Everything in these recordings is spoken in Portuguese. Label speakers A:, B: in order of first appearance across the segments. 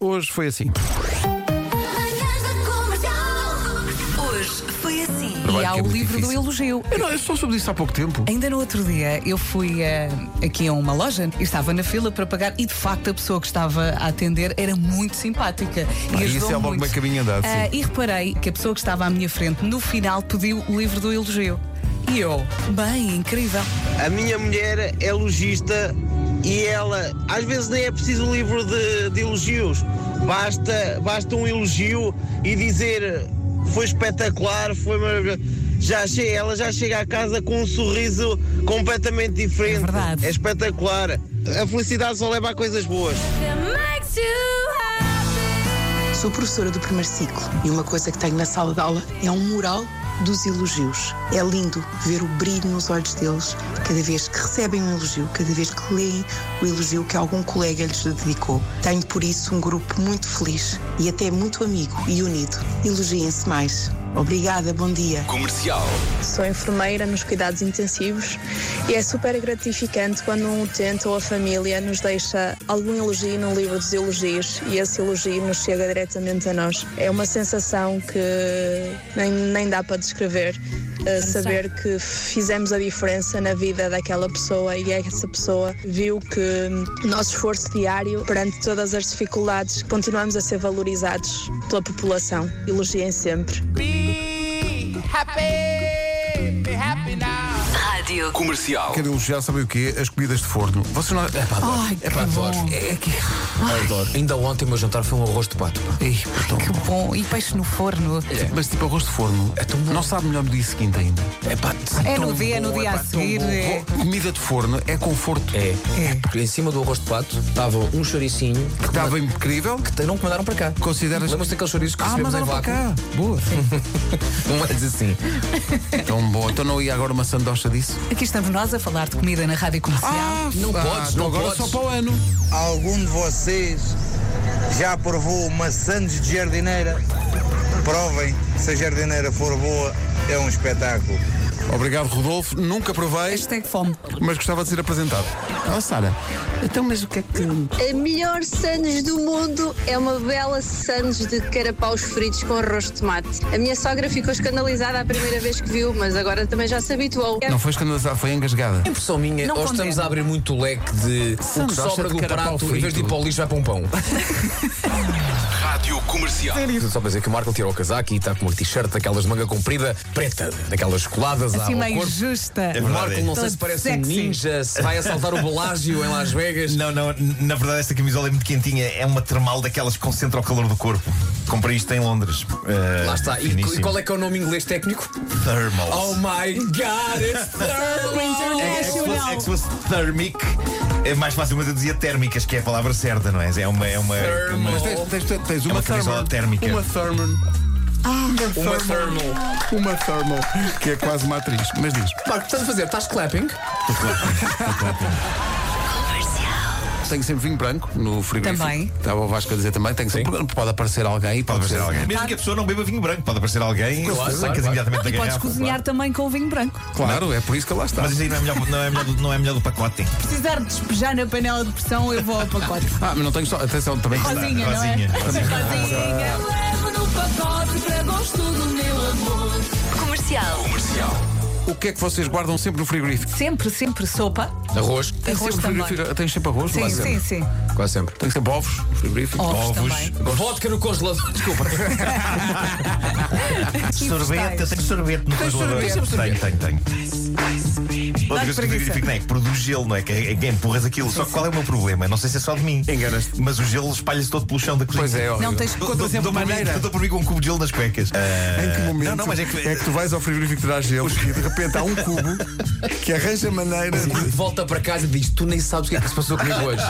A: Hoje foi assim.
B: Manhãs da Comercial.
C: Hoje foi assim.
A: Trabalho
D: e há
A: que é
D: o
A: muito
D: livro
A: difícil.
D: do elogio.
A: Eu, não, eu só soube disso há pouco tempo.
D: Ainda no outro dia eu fui eh, aqui a uma loja e estava na fila para pagar e de facto a pessoa que estava a atender era muito simpática.
A: Ah,
D: e
A: isso
D: ajudou
A: é logo
D: muito.
A: meio caminho andado,
D: Ah,
A: sim.
D: e reparei que a pessoa que estava à minha frente no final pediu o livro do elogio. E eu, bem, incrível.
E: A minha mulher é lojista e ela, às vezes, nem é preciso um livro de, de elogios. Basta, basta um elogio e dizer foi espetacular, foi maravilhoso. Já che- ela já chega a casa com um sorriso completamente diferente.
D: É verdade.
E: é espetacular. A felicidade só leva a coisas boas.
B: Makes you
F: Sou professora do primeiro ciclo e uma coisa que tenho na sala de aula é um mural dos elogios. É lindo ver o brilho nos olhos deles cada vez que recebem um elogio, cada vez que leem o elogio que algum colega lhes dedicou. Tenho por isso um grupo muito feliz e até muito amigo e unido. Elogiem-se mais. Obrigada, bom dia.
G: Sou enfermeira nos cuidados intensivos e é super gratificante quando um utente ou a família nos deixa algum elogio num livro dos elogios e esse elogio nos chega diretamente a nós. É uma sensação que nem, nem dá para descrever. eh, saber que fizemos a diferença na vida daquela pessoa e essa pessoa viu que o nosso esforço diário perante todas as dificuldades continuamos a ser valorizados pela população. Elogiem sempre.
C: Rádio.
H: Comercial.
A: Quero elogiar, sabem o quê? As comidas de forno. Vocês não. É pá, adoro.
D: Ai, que
A: é pá, adoro.
D: bom.
A: É que.
H: Adoro. Ainda ontem o meu jantar foi um arroz de pato. pá.
A: Ei, pá, tão
D: Que
A: bom.
D: bom. E peixe no forno.
A: Mas tipo arroz de forno.
H: É tão bom.
A: Não sabe melhor no dia seguinte ainda.
H: É pá,
D: É
A: Tão
D: no dia, é no
A: bom,
D: dia a
A: pá, tão
D: seguir,
A: bom.
D: é.
A: Ro- Comida de forno é conforto.
H: É.
D: É.
H: Porque Em cima do arroz de pato estava um chouricinho que
A: Estava incrível.
H: te- não que mandaram para cá.
A: Consideras-
H: Lembram-se daqueles chouriços que
A: Ah, mas
H: recebemos em
A: olha para
H: vácuo?
A: cá. Boa.
H: Não és assim.
A: tão bom. Então não ia agora uma sandocha disso?
D: Aqui estamos nós a falar de comida na rádio comercial.
H: Não podes,
A: então
H: não
A: agora
H: podes.
A: só para o ano.
I: Algum de vocês já provou maçãs de jardineira? Provem, se a jardineira for boa, é um espetáculo.
A: Obrigado, Rodolfo. Nunca provei,
D: Hashtag fome.
A: mas gostava de ser apresentado. Ah, Sara, então mas o que é que.
G: A melhor sandes do mundo é uma bela sandes de carapaus fritos com arroz de tomate. A minha sogra ficou escandalizada a primeira vez que viu, mas agora também já se habituou.
A: Não foi escandalizado, foi engasgada.
H: Impressão minha,
D: Não
H: nós
D: condeno.
H: estamos a abrir muito o leque de o que
A: Sandocha
H: sobra
A: de
H: do
A: carapau
H: prato, em vez de ir
A: frito.
H: para o lixo, vai para um pão.
J: Rádio Comercial.
H: Só para dizer que o Marco tirou o casaco e está com uma t-shirt daquelas de manga comprida, preta, daquelas coladas
D: Assim
H: ao
D: meio
H: corpo.
D: justa.
J: É
H: O Marco
J: verdade.
H: não sei
D: Todo
H: se parece um
D: sexy.
H: ninja, se vai assaltar o Belágio em Las Vegas.
J: Não, não, n- na verdade esta camisola é muito quentinha. É uma termal daquelas que concentra o calor do corpo. Comprei isto em Londres. Eh,
H: Lá está. E,
J: finíssimo.
H: e qual é que é o nome inglês técnico?
J: Thermals.
H: Oh my god, it's
J: É, é que se
H: thermal!
J: fosse- é que se fosse thermic, é mais fácil, mas eu dizia térmicas, que é a palavra certa, não é? É uma. É uma,
H: Thermal.
J: uma-
A: Mas tens, tens- tens- tens É uma,
J: uma camisola térmica.
A: Uma Thurman.
D: Ah,
H: Uma thermal.
A: Uma Thermal. Que é quase uma atriz. Mas diz.
H: Marco, estás a fazer? Estás clapping?
A: Tenho sempre vinho branco no frigorífico.
D: Também.
A: Estava o Vasco a dizer também. Tenho sempre, pode aparecer alguém.
J: Pode aparecer
A: ser-
J: alguém. Mesmo que a pessoa não beba vinho branco, pode aparecer alguém,
H: Claro, claro,
J: sacas
H: claro.
J: imediatamente da
D: E podes
J: garrafa.
D: cozinhar
J: claro.
D: também com vinho branco.
A: Claro, é por isso que lá está.
J: Mas isso aí não é melhor, não é melhor, do- não é melhor do pacote.
D: precisar despejar na panela de pressão, eu vou ao pacote.
A: Ah, mas não tenho só. Atenção, também.
D: Rosinha, não é?
J: Rosinha, rosinha.
D: Rosinha.
B: Levo no pacote para gosto do meu amor.
C: Comercial.
A: O que é que vocês guardam sempre no frigorífico?
D: Sempre, sempre sopa.
H: Arroz.
A: Tem
D: Arroz
A: sempre
D: também.
A: frigorífico. Tens sempre arroz?
D: Sim,
A: Quase sempre.
D: sim, sim.
H: Quase sempre.
A: Tem sempre ovos, no frigorífico.
D: Ovos,
J: Ovos.
D: também.
H: Vodka no congelador. Desculpa.
J: Sorvete, eu tenho sorvete no congelador.
A: sorvete, tens
J: Tenho, tenho, tenho. Outra coisa que
D: preguiça.
J: eu verifico não é que produz gelo, não é? Que, é que empurras aquilo. Só que qual é o meu problema? Não sei se é só de mim.
A: Enganas-te.
J: Mas o gelo espalha-se todo pelo chão da cozinha.
A: Pois é, óbvio.
D: Não tens
J: Dou- dou-
D: contra-exemplo
J: dou por mim-
D: maneira.
J: Dou por mim com um cubo de gelo nas cuecas. Ah,
A: Em que momento
J: Não, não, mas é que.
A: tu vais ao frigorífico tirar gelo e de repente há um cubo que arranja maneira de
H: Volta para casa e diz: Tu nem sabes o que é que se passou comigo hoje.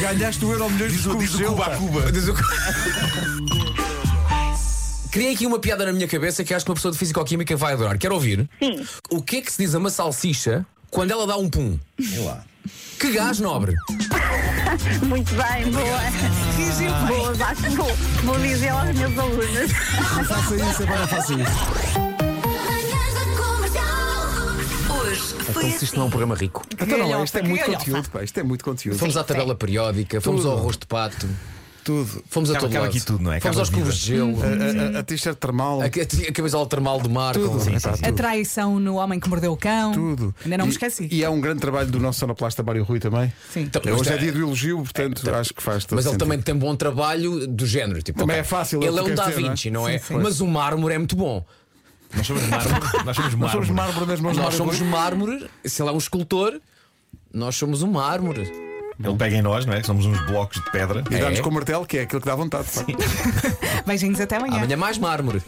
A: ganhaste o euro milhões
J: Diz
A: de
J: o
A: cubos
J: diz
A: de
J: o
A: gelo.
J: Cuba a Cuba.
H: Diz o- Criei aqui uma piada na minha cabeça que acho que uma pessoa de físico-química vai adorar. Quero ouvir. Sim. O que é que se diz a uma salsicha quando ela dá um pum? Que gás nobre!
G: Muito bem, boa. Boa, Vasco. Vou, vou dizer aos meus alunos.
A: Não faça isso, agora não faça isso.
B: Manhãs da Comercial.
C: Hoje foi
H: Então, se isto não
C: assim.
H: é um programa rico.
A: Então não, é, isto é muito
D: Galhofa.
A: conteúdo, pá, isto é muito conteúdo.
H: Fomos à tabela periódica, fomos ao arroz de pato,
A: Tudo.
H: Fomos a
J: Acaba-
H: todo
J: acaba
H: lado.
J: aqui tudo, não é?
H: Fomos
J: Acaba
H: aos
J: a vida.
H: clubes de gelo,
A: A,
D: Uhum.
A: a- a t-shirt termal.
J: É
H: a, a, a camisola termal do mar.
A: Tudo.
H: com-
A: Sim,
H: Epá,
A: sim,
D: A traição no Homem que Mordeu o Cão.
A: Tudo.
D: Ainda não me
A: E-
D: esqueci.
A: E há um grande trabalho do nosso sonoplasta Mário Rui também.
D: Sim.
H: Então, mas
A: Hoje é
H: tá-
A: dia do elogio, portanto,
J: É.
A: acho que faz todo
H: Mas ele
A: sentido.
H: também tem bom trabalho do género. Tipo,
A: Também
H: ok,
A: é fácil, é o
H: Ele
A: que
H: é um
A: queres
H: Da
A: dizer, não é?
H: Vinci, não é?
D: Sim, sim.
H: Mas o mármore é muito bom.
J: Nós somos mármore. Nós somos
A: Nós somos
J: é mármore.
A: mármore é nas mãos de
H: Nós
A: Mário
H: somos
A: Rui.
H: mármore, se ele é um escultor, nós somos um mármore.
J: Ele pega em nós, não é? Que somos uns blocos de pedra.
A: E dá-nos
H: É.
A: com o martelo, que é aquilo que dá vontade. pá.
D: Beijinhos até amanhã.
H: Amanhã mais mármore.